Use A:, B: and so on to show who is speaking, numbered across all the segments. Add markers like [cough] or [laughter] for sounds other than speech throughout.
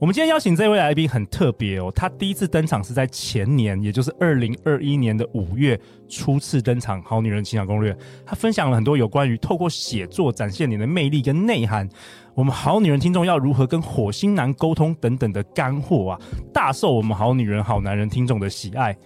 A: 我们今天邀请这位来宾很特别哦，他第一次登场是在前年，也就是二零二一年的五月初次登场《好女人情感攻略》。他分享了很多有关于透过写作展现你的魅力跟内涵，我们好女人听众要如何跟火星男沟通等等的干货啊，大受我们好女人、好男人听众的喜爱。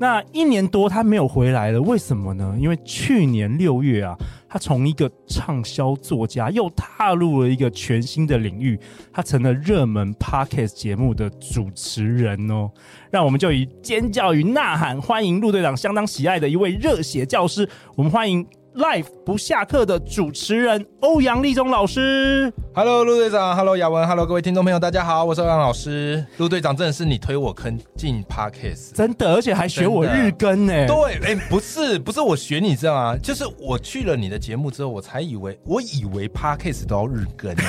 A: 那一年多他没有回来了，为什么呢？因为去年六月啊，他从一个畅销作家又踏入了一个全新的领域，他成了热门 podcast 节目的主持人哦。让我们就以尖叫与呐喊欢迎陆队长相当喜爱的一位热血教师，我们欢迎 Life 不下课的主持人欧阳立中老师。
B: Hello，陆队长，Hello，雅文，Hello，各位听众朋友，大家好，我是欧阳老师。陆队长真的是你推我坑进 Parkes。
A: 真的，而且还学我日更欸呢、
B: 对，哎、不是，不是我学你这样啊，就是我去了你的节目之后，我才以为，我以为 Parkes 都要日更呢、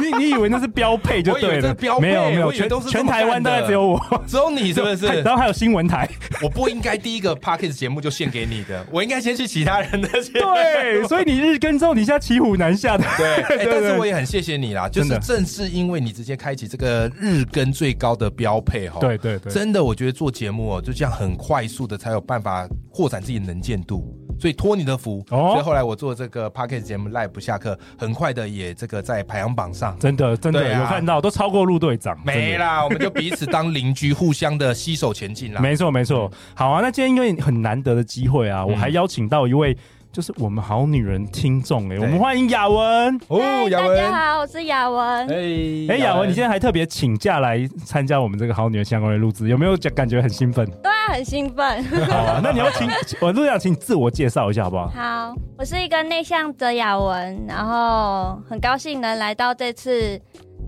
A: 你你以为那是标配 [laughs] 就
B: 我以为
A: 对
B: 这
A: 了，
B: 是标配
A: 没有没有，
B: 我以为
A: 全
B: 都是这
A: 全
B: 么
A: 台湾
B: 干
A: 大
B: 的
A: 概只有我，
B: 只有
A: [laughs]
B: 你是不是
A: 然？后还有新闻
B: [laughs]
A: 台，
B: 我不应该第一个 Parkes 节目就献给你的，我应该先去其他人的节目。 [laughs]
A: 对，所以你日更之后，你现在骑虎难下的，
B: 对，
A: [laughs]
B: 哎
A: 对
B: 但
A: 对
B: 是我也很谢谢你啦，就
A: 真
B: 是
A: 的
B: 正是因为你直接开启这个日更最高的标配哈，
A: 对对对
B: 真的我觉得做节目哦，就这样很快速的才有办法扩展自己的能见度。所以托你的福，
A: 哦
B: 所以后来我做这个 p o d c a s t 节目 Live 不下课，很快的也这个在排行榜上。
A: 真的真的
B: 对啊
A: 有看到，都超过陆队长，真的
B: 没啦，我们就彼此当邻居，互相的携手前进啦。
A: 没错，没错。好啊，那今天因为很难得的机会啊，我还
B: 嗯
A: 邀请到一位就是我们好女人听众哎、我们欢迎雅文。
B: 哦，
C: 嗨
B: 雅
C: 大
B: 文，
C: 家好，我是雅文。
B: 哎
A: 哎、雅文，你今天还特别请假来参加我们这个好女人相关的录制，有没有感觉很兴
B: [laughs]
A: 奋？
C: 对啊，很兴奋。
A: 好、啊，那你要请我陆队长，请你自我介绍一下好不好？
C: 好，我是一个内向的雅文，然后很高兴能来到这次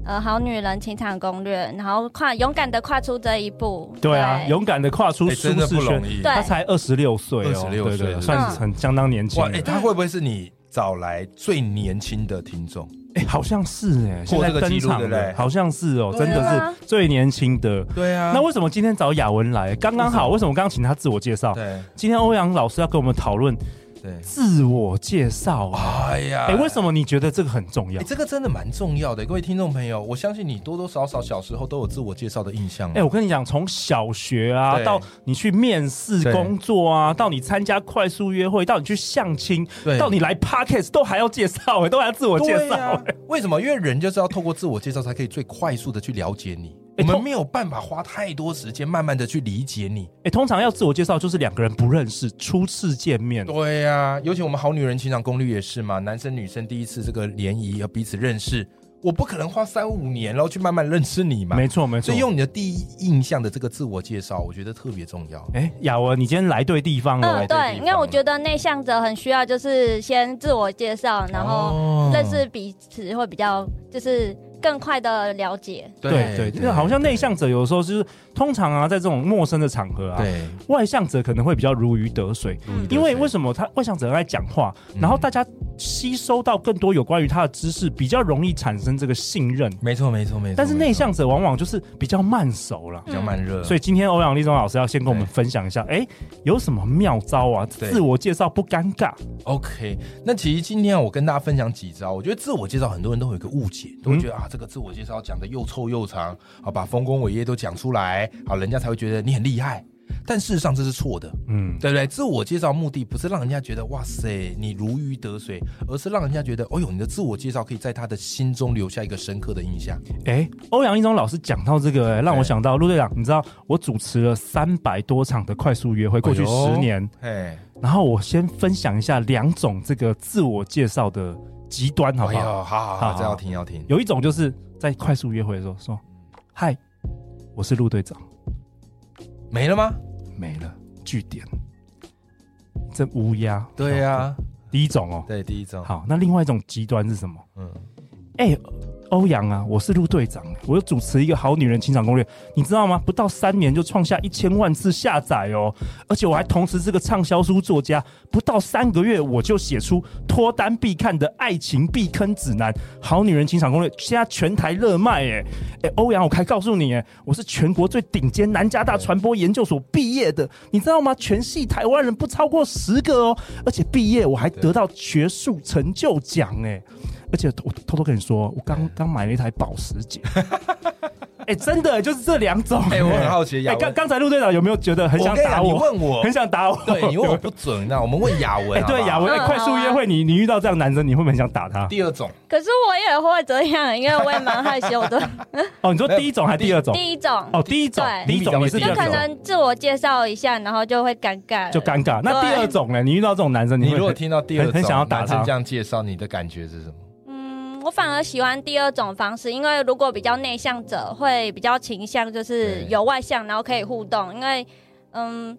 C: 呃《好女人情场攻略》，然后跨勇敢的跨出这一步。
A: 对啊，勇敢的跨出
B: 哎
A: 舒
B: 真的
A: 适
B: 不
A: 圈
B: 容，易。
C: 对嗯
A: 他才二十六岁哦，
B: 26
A: 对对
B: 岁
A: 对
B: 了
A: 算是很相当年轻
B: 哇，
A: 的。
B: 哎，他会不会是你找来最年轻的听众？
A: 哎、好像是哎、现
B: 破
A: 在
B: 这个
A: 登
B: 纪录
A: 场
B: 对不
A: 的
B: 对
A: 好像是哦、真
C: 对
A: 的
C: 啊
A: 是最年轻的。
B: 对啊
A: 那为什么今天找雅文来？刚刚好，为什么刚刚请他自我介绍？
B: 对
A: 今天欧阳老师要跟我们讨论
B: 对，
A: 自我介绍啊。
B: 哎呀，
A: 哎、为什么你觉得这个很重要
B: 哎、？这个真的蛮重要的，各位听众朋友，我相信你多多少少小时候都有自我介绍的印象。啊
A: 哎、我跟你讲，从小学啊，
B: 对
A: 到你去面试
B: 对
A: 工作啊，到你参加快速约会，到你去相亲，
B: 对
A: 到你来 podcast 都还要介绍、哎，都还要自我介
B: 对
A: 绍、
B: 啊
A: 哎
B: 为什么？因为人就是要透过自我介绍才可以最快速的去了解你。
A: 哎
B: 我
A: 通
B: 们没有办法花太多时间，慢慢的去理解你。
A: 哎通常要自我介绍就是两个人不认识，初次见面。
B: 对呀、尤其我们好女人情场攻略也是嘛，男生女生第一次这个联谊要彼此认识，我不可能花三五年然后去慢慢认识你嘛。
A: 没错，没错。
B: 所以用你的第一印象的这个自我介绍，我觉得特别重要。
A: 哎，雅文，你今天来对地方了
C: 嗯，
A: 哦。
C: 对，
B: 地
C: 因为
B: 方
C: 我觉得内向者很需要，就是先自我介绍，然后
B: 哦
C: 认识彼此会比较，就是更快的了解。
A: 对对，那好像内向者有时候就是通常啊，在这种陌生的场合啊，
B: 对，
A: 外向者可能会比较如鱼得水，嗯
C: 嗯
A: 因为
B: 对
A: 为什么他外向者很爱讲话，然后大家吸收到更多有关于他的知识，比较容易产生这个信任。
B: 没错没错没错。
A: 但是内
B: 没错
A: 向嗯者往往就是比较慢熟了。
B: 比
C: 嗯
B: 较慢热，
A: 所以今天欧阳立中老师要先跟我们分享一下，哎，有什么妙招啊？
B: 对
A: 自我介绍不尴尬，
B: OK，那其实今天我跟大家分享几招，我觉得自我介绍很多人都有一个误解，都会
A: 嗯
B: 觉得、啊，这个自我介绍讲的又臭又长，好把丰功伟业都讲出来，好人家才会觉得你很厉害。但事实上这是错的，
A: 嗯，
B: 对不对？自我介绍目的不是让人家觉得哇塞你如鱼得水，而是让人家觉得哦呦你的自我介绍可以在他的心中留下一个深刻的印象。
A: 哎，欧阳一中老师讲到这个、哎让我
B: 对
A: 想到陆队长，你知道我主持了三百多场的快速约会，过去
B: 哎呦
A: 十年，
B: 哎，
A: 然后我先分享一下两种这个自我介绍的极端，好不
B: 哎呦，
A: 好？
B: 好好
A: 好
B: 好，这要听要听。
A: 有一种就是在快速约会的时候说：“嗨，我是陆队长。
B: 没了吗？”
A: 没了，据点。这乌鸦。
B: 对呀、
A: 好第一种哦。
B: 对，第一招。
A: 好，那另外一种极端是什么？
B: 嗯，
A: 哎、欧阳啊，我是陆队长，我有主持一个《好女人情场攻略》，你知道吗？不到三年就创下一千万次下载哦，而且我还同时是个畅销书作家，不到三个月我就写出脱单必看的爱情避坑指南《好女人情场攻略》，现在全台热卖哎哎，欧阳，我可以告诉你哎，我是全国最顶尖南加大传播研究所毕业的，你知道吗？全系台湾人不超过十个哦，而且毕业我还得到学术成就奖哎。而且我偷偷跟你说，我
B: [laughs]
A: 刚刚买了一台保时捷。 [laughs] 哎、真的就是这两种、
B: [laughs] 哎我很好奇
A: 哎，
B: 雅文
A: 刚刚才陆队长有没有觉得很想
B: 我跟你
A: 打
B: 讲，你
A: 我？
B: 问我
A: 很，想打我。
B: 对你问我不准那我们问雅
A: [laughs]
B: 文
A: 哎、
B: 好不好，
A: 对，雅文，哎、
C: 嗯
A: 快速约会，你你遇到这样的男生，你会不会很想打他？
B: 第二种，
C: 可是我也会这样，因为我也蛮害羞的。
A: 哦，你说第一种还是第二种？
C: 第一种，
A: 哦，第一种，
C: 对
A: 第一种也是第
B: 第
C: 就
A: 二
C: 可
A: 种，
C: 能自我介绍一下，然后就会尴尬了，
A: 就尴尬。那
C: 对
A: 第二种呢？你遇到这种男生，
B: 你
A: 会
B: 如果听到第
A: 很
B: 二种，
A: 很想要打
B: 男
A: 他
B: 生这样介绍，你的感觉是什么？
C: 嗯，我反而喜欢第二种方式，因为如果比较内向者会比较倾向就是
B: 对
C: 有外向，然后可以互动，因为嗯。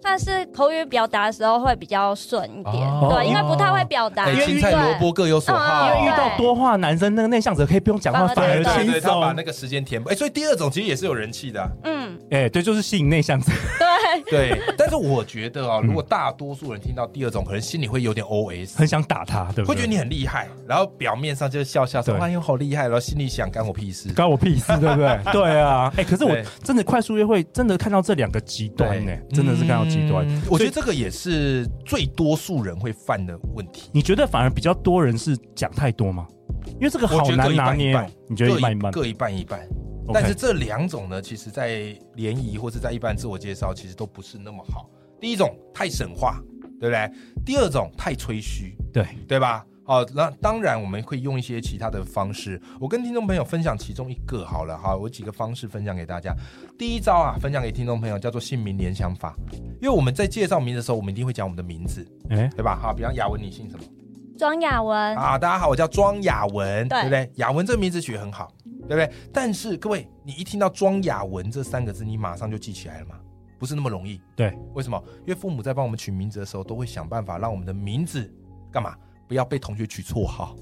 C: 算是口语表达的时候会比较顺一点，
B: 哦
C: 对，因为不太会表达，
B: 哎，
A: 因为
B: 青菜萝卜各有所好，
C: 嗯
A: 遇到
C: 对
A: 多话男生，那个内向者可以不用讲话，
C: 反
A: 反而
C: 而对
A: 轻
B: 对，他
A: 松
B: 把。那个时间填补。哎，所以第二种其实也是有人气的啊。
C: 对嗯，
A: 哎，对，就是吸引内向者。 [laughs]
C: 对， [laughs]
B: 对，但是我觉得
A: 嗯
B: 啊，如果大多数人听到第二种，可能心里会有点 OS，
A: 很想打他，对不对？
B: 会觉得你很厉害，然后表面上就是笑笑说
A: 对
B: 哎呦好厉害，然后心里想干我屁事。
A: 关我屁事，对不
B: [laughs]
A: 对？对啊，哎、可是我
B: 对
A: 真的快速约会，真的看到这两个极端呢、哎欸真的是看到极端。
B: 嗯我觉
A: 所以
B: 得这个也是最多数人会犯的问题。
A: 你觉得反而比较多人是讲太多吗？因为这个好
B: 我觉得
A: 难
B: 各一半
A: 拿捏哦、
B: 一半
A: 你觉
B: 各
A: 得一半一半？
B: 各一半一半。
A: OK
B: 但是这两种呢，其实在联谊或是在一般自我介绍，其实都不是那么好。第一种太神话，对不对？第二种太吹嘘，
A: 对
B: 对吧？哦，那当然我们会用一些其他的方式。我跟听众朋友分享其中一个好了哈，我几个方式分享给大家。第一招啊，分享给听众朋友叫做姓名联想法，因为我们在介绍名的时候，我们一定会讲我们的名字，
A: 哎、
B: 对吧？好，比方雅文，你姓什么？
C: 庄雅文，
B: 啊，大家好，我叫庄雅文，
C: 对
B: 对不对？雅文这个名字取得很好，对不对？但是各位，你一听到庄雅文这三个字，你马上就记起来了吗？不是那么容易。
A: 对，
B: 为什么？因为父母在帮我们取名字的时候，都会想办法让我们的名字干嘛？不要被同学取绰号。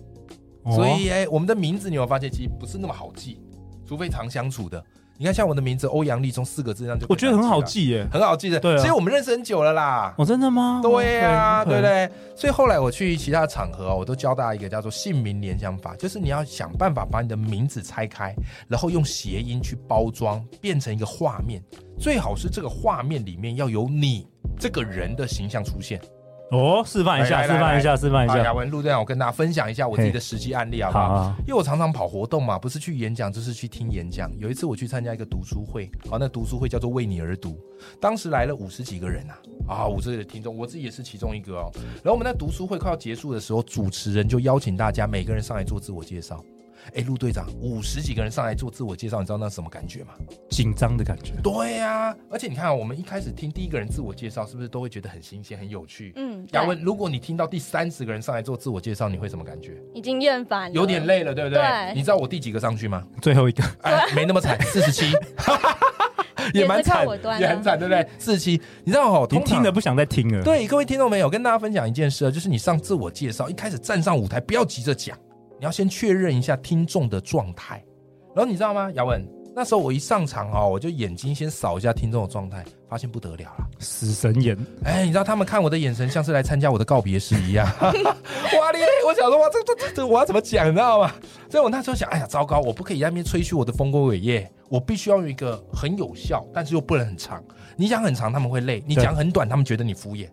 A: 哦
B: 所以，哎，我们的名字你有没有发现，其实不是那么好记，除非常相处的。你看，像我的名字欧阳立中四个字，那就
A: 我觉得很好
B: 了，
A: 记耶、
B: 很好记的。
A: 对啊
B: 其实我们认识很久了啦。
A: 哦，真的吗？
B: 对
A: OK，OK
B: 呀、哦对不对？所以后来我去其他场合、哦，我都教大家一个叫做姓名联想法，就是你要想办法把你的名字拆开，然后用谐音去包装，变成一个画面，最好是这个画面里面要有你这个人的形象出现。
A: 哦，示范一下，
B: 来
A: 示
B: 来
A: 范一下，
B: 来
A: 示范一
B: 好，雅
A: 下。
B: 文陆队长，我跟大家分享一下我自己的实际案例，好不
A: 好
B: 好？
A: 啊，
B: 因为我常常跑活动嘛，不是去演讲就是去听演讲。有一次我去参加一个读书会，好，那读书会叫做“为你而读”，当时来了五十几个人啊，啊，五十几个听众，我自己也是其中一个哦。然后我们在读书会快要结束的时候，主持人就邀请大家每个人上来做自我介绍。哎，陆队长，五十几个人上来做自我介绍，你知道那是什么感觉吗？
A: 紧张的感觉。
B: 对呀、而且你看啊、我们一开始听第一个人自我介绍，是不是都会觉得很新鲜、很有趣？
C: 嗯，
B: 雅
C: 对，
B: 文，如果你听到第三十个人上来做自我介绍，你会什么感觉？
C: 已经厌烦了，
B: 有点，累了，对不对？
C: 对
B: 你知道我第几个上去吗？
A: 最后一个，
B: 哎，没那
C: [laughs]
B: 么惨，四十七，也蛮
C: 也是靠
B: 惨
C: 我端，啊
B: 也很惨，对不对？四十七，你知道哦，
A: 你
B: 通常
A: 听了。不想再听了。，
B: 对，各位听众朋友，跟大家分享一件事啊，就是你上自我介绍，一开始站上舞台，不要急着讲，你要先确认一下听众的状态。然后你知道吗，雅文，那时候我一上场哦，我就眼睛先扫一下听众的状态，发现不得了了。
A: 死神眼，
B: 哎，你知道他们看我的眼神像是来参加我的告别式
C: [laughs]
B: 一样。哇咧，我想说哇，这这这这我要怎么讲，你知道吗？所以我那时候想，哎呀，糟糕，我不可以在那边吹嘘我的丰功伟业，我必须要用一个很有效，但是又不能很长。你讲很长，他们会累；你
A: 对
B: 讲很短，他们觉得你敷衍。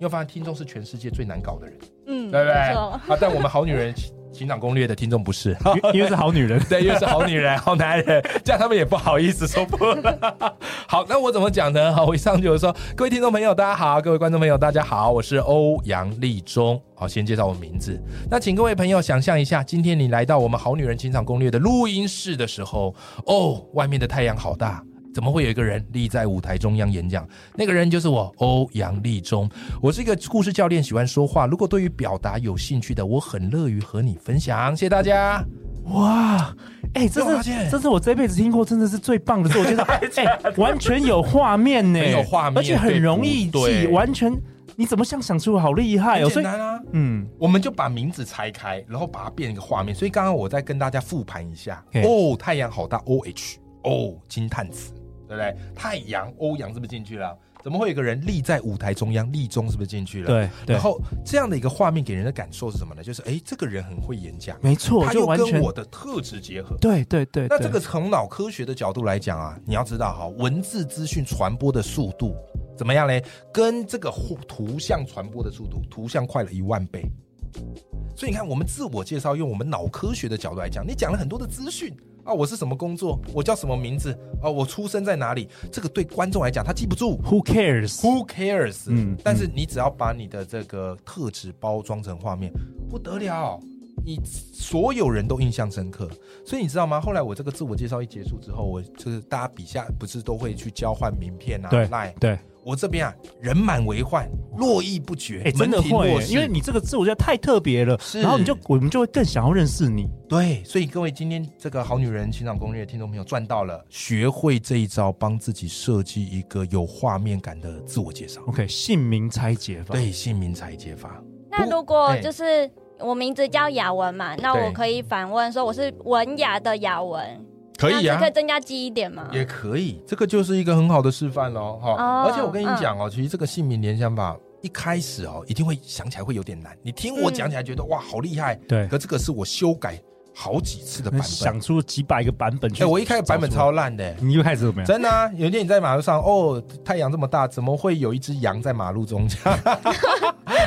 B: 你会发现，听众是全世界最难搞的人，
C: 嗯，
B: 对不对？
C: 没错
B: 啊，但我们好女人情情场攻略的听众不是，
A: 因为因为是好女人。
B: 对，又是好女人、好男人，这样他们也不好意思说不了。好，那我怎么讲呢？好，我一上去我说，各位听众朋友，大家好；各位观众朋友，大家好，我是欧阳立中。好，先介绍我名字。那请各位朋友想象一下，今天你来到我们《好女人情场攻略》的录音室的时候，哦，外面的太阳好大。怎么会有一个人立在舞台中央演讲？那个人就是我，欧阳立中。我是一个故事教练，喜欢说话。如果对于表达有兴趣的，我很乐于和你分享。谢谢大家。
A: [laughs] 哇，哎、
B: 有
A: 这
B: 发
A: 是
B: 现
A: 这是我这辈子听过真的是最棒的 [laughs] 自我介绍，哎、完全有画面呢、
B: 很有画面
A: 而且很容易
B: 对
A: 记，
B: 对
A: 完全你怎么想想出好厉害哦？
B: 很
A: 所
B: 简
A: 以，
B: 单啊。
A: 嗯，
B: 我们就把名字拆开，然后把它变一个画面。所以刚刚我再跟大家复盘一下
A: 嘿，
B: 哦，太阳好大，O H，哦，惊叹词，对不对？太阳，欧阳是不是进去了？怎么会有一个人立在舞台中央？立中是不是进去了？。
A: 对对
B: 然，后这样的一个画面给人的感受是什么呢？就是哎，这个人很会演讲，
A: 没错，
B: 他
A: 就
B: 又
A: 完
B: 跟
A: 全
B: 我的特质结合。
A: 对对对。
B: 那
A: 对
B: 这个从脑科学的角度来讲啊，你要知道哈，文字资讯传播的速度怎么样嘞？跟这个互图像传播的速度，图像快了一万倍。所以你看，我们自我介绍用我们脑科学的角度来讲，你讲了很多的资讯啊，我是什么工作，我叫什么名字啊，我出生在哪里，这个对观众来讲他记不住。
A: Who cares？
B: Who cares？、
A: 嗯
B: 但是你只要把你的这个特质包装成画面，不得了，你所有人都印象深刻。所以你知道吗？后来我这个自我介绍一结束之后，我就是大家笔下不是都会去交换名片啊，
A: 对
B: 赖
A: 对，
B: 我这边啊人满为患，络绎不绝，
A: 哎，真的
B: 门庭
A: 会
B: 若
A: 耶，
B: 市
A: 因为你这个字我觉得太特别了，
B: 是
A: 然后你就我们就会更想要认识你。
B: 对，所以各位今天这个好女人情场攻略的听众朋友赚到了，学会这一招，帮自己设计一个有画面感的自我介绍。
A: OK，姓名拆解法，
B: 对，姓名裁解法。
C: 那如果
B: 哎
C: 就是我名字叫雅文嘛，那
B: 对
C: 我可以反问说我是文雅的雅文，
B: 可以
C: 这样
B: 啊
C: 子可以，增加记忆点
A: 啊
C: 吗？
B: 也可以，这个就是一个很好的示范喽，哈、
C: 哦
B: 而且我跟你讲
A: 嗯
B: 哦，其实这个姓名联想法一开始哦，一定会想起来会有点难。你听我讲起来觉得、哇，好厉害，
A: 对，
B: 可这个是我修改好几次的版本。
A: 想出几百个版本去。
B: 哎、我一开始版本，超烂的、
A: 你又开始怎么样？
B: 真的、啊，有一天你在马路上，哦，太阳这么大，怎么会有一只羊在马路中间？ [laughs]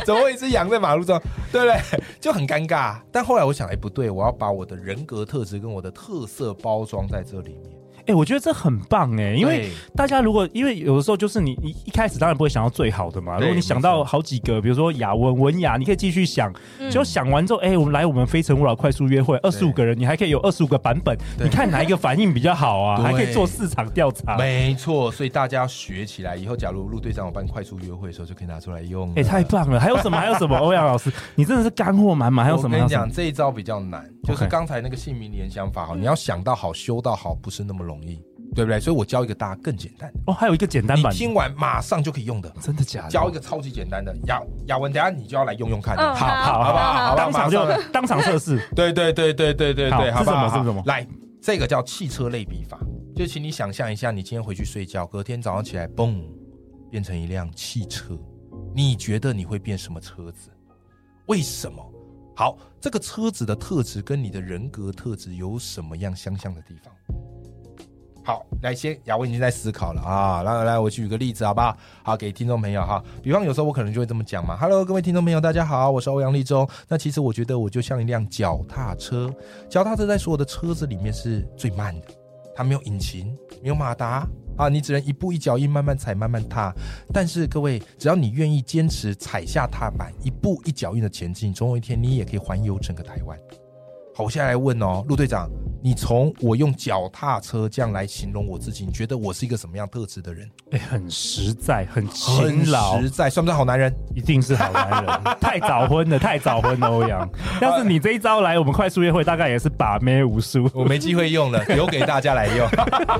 B: 怎么会有一只羊在马路中？对不对？就很尴尬。但后来我想，哎、不对，我要把我的人格特质跟我的特色包装在这里面，
A: 哎，我觉得这很棒哎，因为
B: 对
A: 大家如果因为有的时候就是你一一开始当然不会想到最好的嘛，
B: 对
A: 如果你想
B: 没
A: 到
B: 错
A: 好几个，比如说雅文、文雅，你可以继续想，
C: 嗯
A: 就想完之后，哎、我们来我们非诚勿扰快速约会，二十五个人，你还可以有二十五个版本，
B: 对
A: 你看哪一个反应比较好啊？
B: 对
A: 还可以做市场调查。哎、
B: 没错，所以大家要学起来，以后假如陆队长有办快速约会的时候，就可以拿出来用了。
A: 哎太棒了！还有
B: [laughs]
A: 什么？还有什么？欧阳老师，你真的是干货满满。还有什
B: 我
A: 么？
B: 跟你
A: 还有什
B: 讲，
A: 么，
B: 这一招比较难，就是
A: OK
B: 刚才那个姓名联想法哈，你要想到好、修到好，不是那么容易，对不对？所以我教一个大家更简单的，
A: 哦，还有一个简单
B: 你
A: 版的，
B: 听完马上就可以用的，
A: 真的假的？
B: 教一个超级简单的。雅雅文，等一下你就要来用用看。
C: 嗯
A: 好好
B: 好不好好不好
A: 当场就
B: 马上
A: 当场测试。
B: 对对对对对对
A: 好
B: 对，好不
A: 是什
B: 好？
A: 么
B: 好
A: 是什么
B: 来，这个叫汽车类比法，就请你想象一下，你今天回去睡觉，隔天早上起来，嘣，变成一辆汽车，你觉得你会变什么车子？为什么？好，这个车子的特质跟你的人格特质有什么样相像的地方？好，来先雅文已经在思考了啊，来来，我举个例子好不好？好，给听众朋友哈，比方有时候我可能就会这么讲嘛，Hello，各位听众朋友，大家好，我是欧阳立中。那其实我觉得我就像一辆脚踏车，脚踏车在所有的车子里面是最慢的，它没有引擎，没有马达啊，你只能一步一脚印慢慢踩，慢慢踏。但是各位，只要你愿意坚持踩下踏板，一步一脚印的前进，总有一天你也可以环游整个台湾。好，我现在来问哦，陆队长，你从我用脚踏车这样来形容我自己，你觉得我是一个什么样特质的人？
A: 哎、很实在，很
B: 很
A: 勤劳，
B: 实在，算不算好
A: [laughs]
B: 男人？
A: 一定是好男人。
B: [laughs]
A: 太早婚了，太早婚了，欧阳。要是你这一招来，我们快速约会大概也是把妹无数。
B: 我没机会用
A: [laughs]
B: 了，留给大家来用。
A: 对
B: 啊，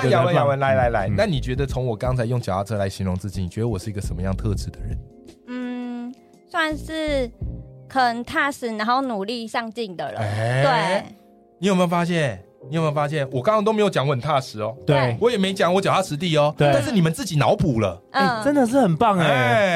A: 对
B: 雅文，
A: 对
B: 雅文，来来来，
A: 嗯
B: 那你觉得从我刚才用脚踏车来形容自己，你觉得我是一个什么样特质的
A: [laughs]
B: 人？
C: 嗯，算是肯踏实，然后努力上进的人。
B: 哎，你有没有发现？你有没有发现？我刚刚都没有讲我很踏实哦，
A: 对
C: 对，
B: 我也没讲我脚踏实地哦，
A: 对
B: 但是你们自己脑补了。
C: 对，
A: 哎、真的是很棒哎、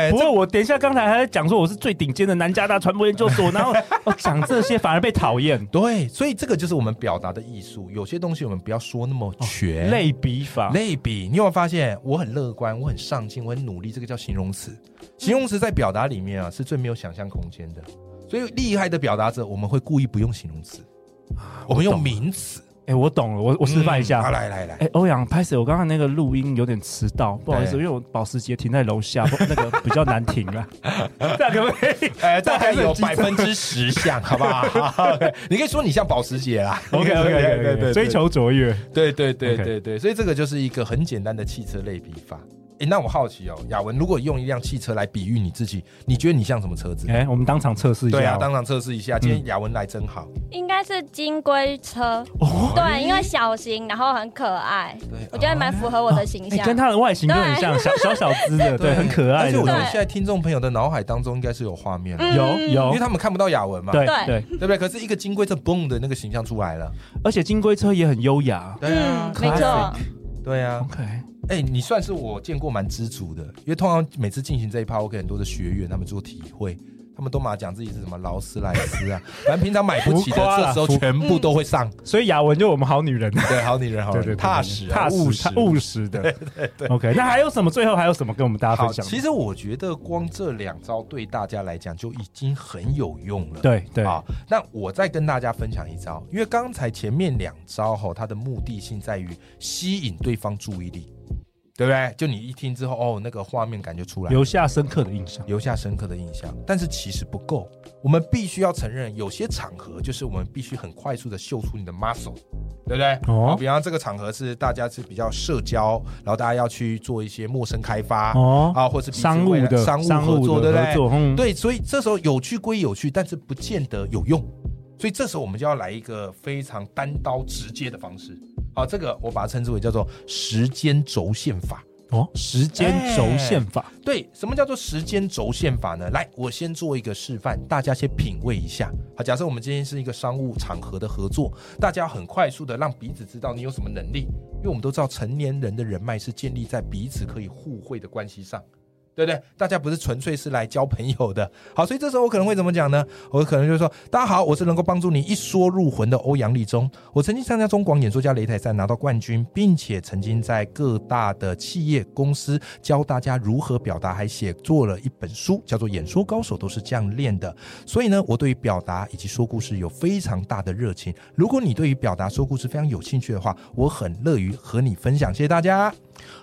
B: 哎
A: 不过我等一下刚才还在讲说我是最顶尖的南加大传播研究所，
B: [laughs]
A: 然后我讲这些反而被讨厌。
B: 对，所以这个就是我们表达的艺术。有些东西我们不要说那么全。
A: 类比法，
B: 类比，你有没有发现我很乐观，我很上进，我很努力，这个叫形容词。形容词在表达里面啊，是最没有想象空间的。所以厉害的表达者，我们会故意不用形容词，我们用名词。
A: 哎、我懂了，我我
B: 我
A: 示范一下。
B: 嗯好，来来来
A: 哎、，欧阳，拍摄，我刚刚那个录音有点迟到，不好意思，因为
B: 对
A: 我保时捷停在楼下，不那个比较难停
B: [laughs]
A: 了，这样可不可以
B: 哎，
A: 这
B: 大概
A: 还是很
B: 有
A: 机车
B: 百分之十像，好不好？你可以说你像保时捷啦。
A: ？OK OK
B: 对
A: OK
B: 对
A: OK，
B: 对，
A: 追求卓越，
B: 对对对
A: OK
B: 对对，所以这个就是一个很简单的汽车类比法。哎、那我好奇哦，雅文，如果用一辆汽车来比喻你自己，你觉得你像什么车子？
A: 哎、我们当场测试一下、哦。
B: 对啊，当场测试一下。今天雅文来真好，
C: 应该是金龟车，
A: 哦，
C: 对，因为小型，然后很可爱，
A: 啊
B: 对，
C: 我觉得蛮符合我的形
A: 哎、
C: 象。
A: 跟它的外形就很像，小 [laughs] 小小只的，对，很可爱
B: 而且
A: 的
B: 我觉得
A: 对。
B: 现在听众朋友的脑海当中应该是有画面的，
C: 嗯
A: 有
B: 因为
A: 有，
B: 他们看不到雅文嘛，
A: 哦对
C: 对
A: 对，
B: 对不对？可是一个金龟这嘣的那个形象出来了，
A: 而且金龟车也很优雅。
B: 对啊，
C: 嗯
A: 嗯
C: 没错
A: classic，
B: 对啊，
A: OK，
B: 哎、你算是我见过蛮知足的，因为通常每次进行这一趴，我给很多的学员他们做体会。他们都嘛讲自己是什么劳斯莱
A: [laughs]
B: 斯啊，反正平常买不起的
A: 浮，夸啦
B: 这时候
A: 浮
B: 全部都会上。
A: 所以雅文就我们好女人，
B: 对，好女人，
A: [laughs]
B: 好
A: 对
B: 女
A: 对，对
B: 人，踏实啊，
A: 踏实
B: 务实，
A: 务实
B: [laughs]
A: 的。OK，那还有什么？最后还有什么跟我们大家
B: 好，
A: 分享？
B: 其实我觉得光这两招对大家来讲就已经很有用了。
A: 对对，
B: 啊，那我再跟大家分享一招，因为刚才前面两招哈，它的目的性在于吸引对方注意力，对不对？就你一听之后，哦，那个画面感就出来了，
A: 留下深刻的印象。
B: 留下深刻的印象。但是其实不够，我们必须要承认，有些场合就是我们必须很快速的秀出你的 muscle，对不对？
A: 哦
B: 好比方这个场合是大家是比较社交，然后大家要去做一些陌生开发。
A: 哦，
B: 啊，或是彼此
A: 商务
B: 未来
A: 的
B: 商务合作，对
A: 的
B: 不对
A: 合？作，嗯，
B: 对，所以这时候有趣归有趣，但是不见得有用。所以这时候我们就要来一个非常单刀直接的方式。好，这个我把它称之为叫做时间轴线法。
A: 哦，时间
B: 哎
A: 轴线法，
B: 对，什么叫做时间轴线法呢？来，我先做一个示范，大家先品味一下。好，假设我们今天是一个商务场合的合作，大家要很快速的让彼此知道你有什么能力，因为我们都知道成年人的人脉是建立在彼此可以互惠的关系上。对不对？大家不是纯粹是来交朋友的。好，所以这时候我可能会怎么讲呢？我可能就说：“大家好，我是能够帮助你一说入魂的欧阳立中。我曾经参加中广演说家擂台赛拿到冠军，并且曾经在各大的企业公司教大家如何表达，还写作了一本书，叫做《演说高手都是这样练的》。所以呢，我对于表达以及说故事有非常大的热情。如果你对于表达、说故事非常有兴趣的话，我很乐于和你分享。谢谢大家。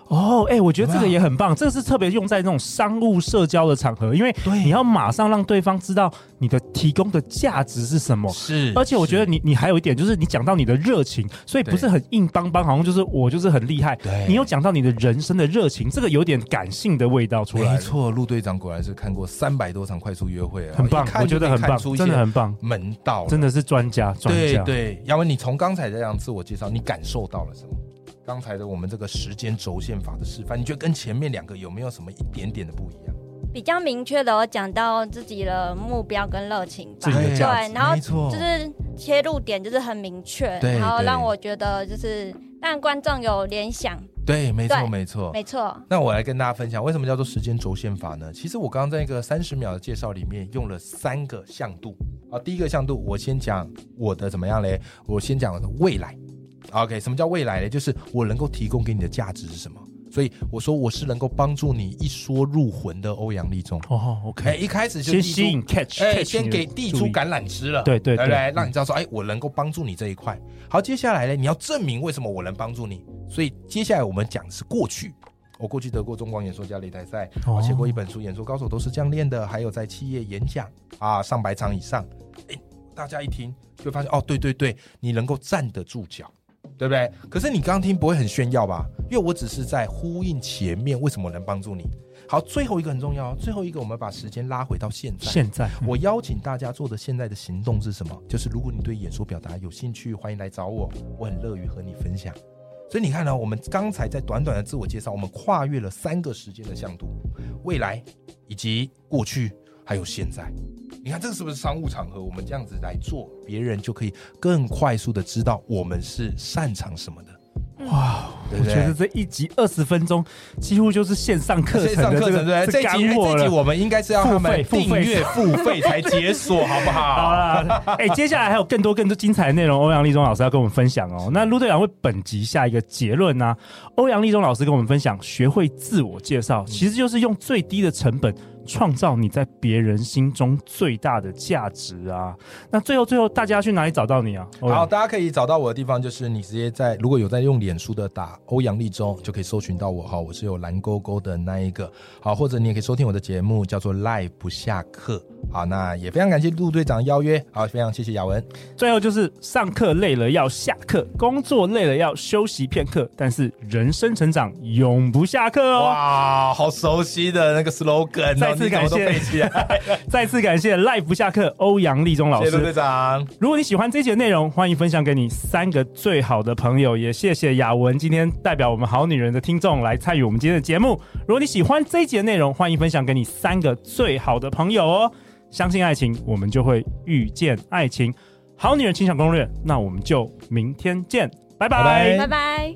A: 哦，哎、我觉得这
B: 有
A: 个
B: 没有
A: 也很棒，这是特别用在那种商务社交的场合，因为
B: 对
A: 你要马上让对方知道你的提供的价值是什么。
B: 是
A: 而且我觉得你你还有一点就是你讲到你的热情，所以不是
B: 对
A: 很硬邦邦，好像就是我就是很厉害。
B: 对
A: 你有讲到你的人生的热情，这个有点感性的味道出来
B: 没
A: 了，
B: 错，陆队长果然是看过三百多场快速约会啊，
A: 很棒
B: 一，看
A: 我觉
B: 就
A: 得
B: 可以
A: 很棒
B: 看出，一些
A: 真的很棒，
B: 门道了，
A: 真的是专家专
B: 对
A: 家。
B: 对。杨文，你从刚才这样自我介绍，你感受到了什么？刚才的我们这个时间轴线法的示范，你觉得跟前面两个有没有什么一点点的不一样？
C: 比较明确的，我讲到自己的目标跟热情
A: 自。
C: 吧
A: 己的
C: 价值对然后
B: 没
A: 哦
B: 错，
C: 就是切入点就是很明确，
B: 对
C: 然后
B: 对
C: 让我觉得就是让观众有联想，
B: 对，没错，
C: 对
B: 没错。
C: 没错，
B: 那我来跟大家分享，为什么叫做时间轴线法呢？其实我刚刚在一个三十秒的介绍里面用了三个向度啊。第一个向度，我先讲我的怎么样嘞？我先讲我的未来。OK，什么叫未来嘞？就是我能够提供给你的价值是什么？所以我说我是能够帮助你一说入魂的欧阳立中。
A: 哦
B: 哎、
A: ，OK，
B: 一开始就
A: 先
B: 递出
A: 吸引 catch，
B: 哎、
A: catch
B: 先
A: 你的
B: 给递
A: 注
B: 出
A: 意
B: 橄榄枝了，
A: 对对嗯
B: 对不
A: 对
B: 对？让你知道说，哎、我能够帮助你这一块。好，接下来呢，你要证明为什么我能帮助你。所以接下来我们讲的是过去。我过去得过中广演说家擂台赛，
A: 哦
B: 我写过一本书《演说高手都是这样练的》，还有在企业演讲啊，上百场以上。哎，大家一听就会发现，哦，对对对，你能够站得住脚，对不对？可是你刚刚听不会很炫耀吧？因为我只是在呼应前面为什么能帮助你。好，最后一个很重要哦，最后一个我们把时间拉回到现在。
A: 现在
B: 我邀请大家做的现在的行动是什么？就是如果你对演说表达有兴趣，欢迎来找我，我很乐于和你分享。所以你看呢、哦我们刚才在短短的自我介绍，我们跨越了三个时间的向度，未来以及过去，还有现在。你看这个是不是商务场合？我们这样子来做，别人就可以更快速的知道我们是擅长什么的，
A: 嗯哇，
B: 对
A: 我
B: 不
A: 觉
B: 对？
A: 得这一集二十分钟几乎就是线上课
B: 线
A: 程
B: 上
A: 的
B: 课
A: 这个
B: 程对不对？这
A: 干
B: 集
A: 货
B: 这集
A: 了。
B: 我们应该是要他们
A: 付费
B: 订阅付费才解锁，好不
A: [laughs] 好
B: 好？ [laughs]
A: 啦，哎、接下来还有更多更多精彩的内容，欧阳立中老师要跟我们分享哦。那陆队长为本集下一个结论啊呢、
B: 嗯
A: 欧阳立中老师跟我们分享，学会自我介绍，其实就是用最低的成本创造你在别人心中最大的价值啊。那最后最后，大家去哪里找到你啊？欧阳
B: 好，，大家可以找到我的地方就是你直接在如果有在用脸书的打欧阳立中就可以搜寻到我哈，我是有蓝勾勾的那一个好，或者你也可以收听我的节目叫做 Live 不下课好，那也非常感谢陆队长的邀约，好，非常谢谢雅文，
A: 最后就是上课累了要下课，工作累了要休息片刻，但是人生成长永不下课哦。
B: 哇，好熟悉的那个 slogan，哦
A: 再次
B: 你怎么都
A: 感谢
B: 背起来，
A: 再次感谢 Live 不下课欧阳立中老
B: 谢谢陆队
A: 师。
B: 长，
A: 如果你喜欢这一集的内容，欢迎分享给你三个最好的朋友。也谢谢雅文今天代表我们好女人的听众来参与我们今天的节目。如果你喜欢这一集的内容，欢迎分享给你三个最好的朋友哦。相信爱情，我们就会遇见爱情。好女人情场攻略，那我们就明天见，拜
B: 拜拜
C: 拜拜。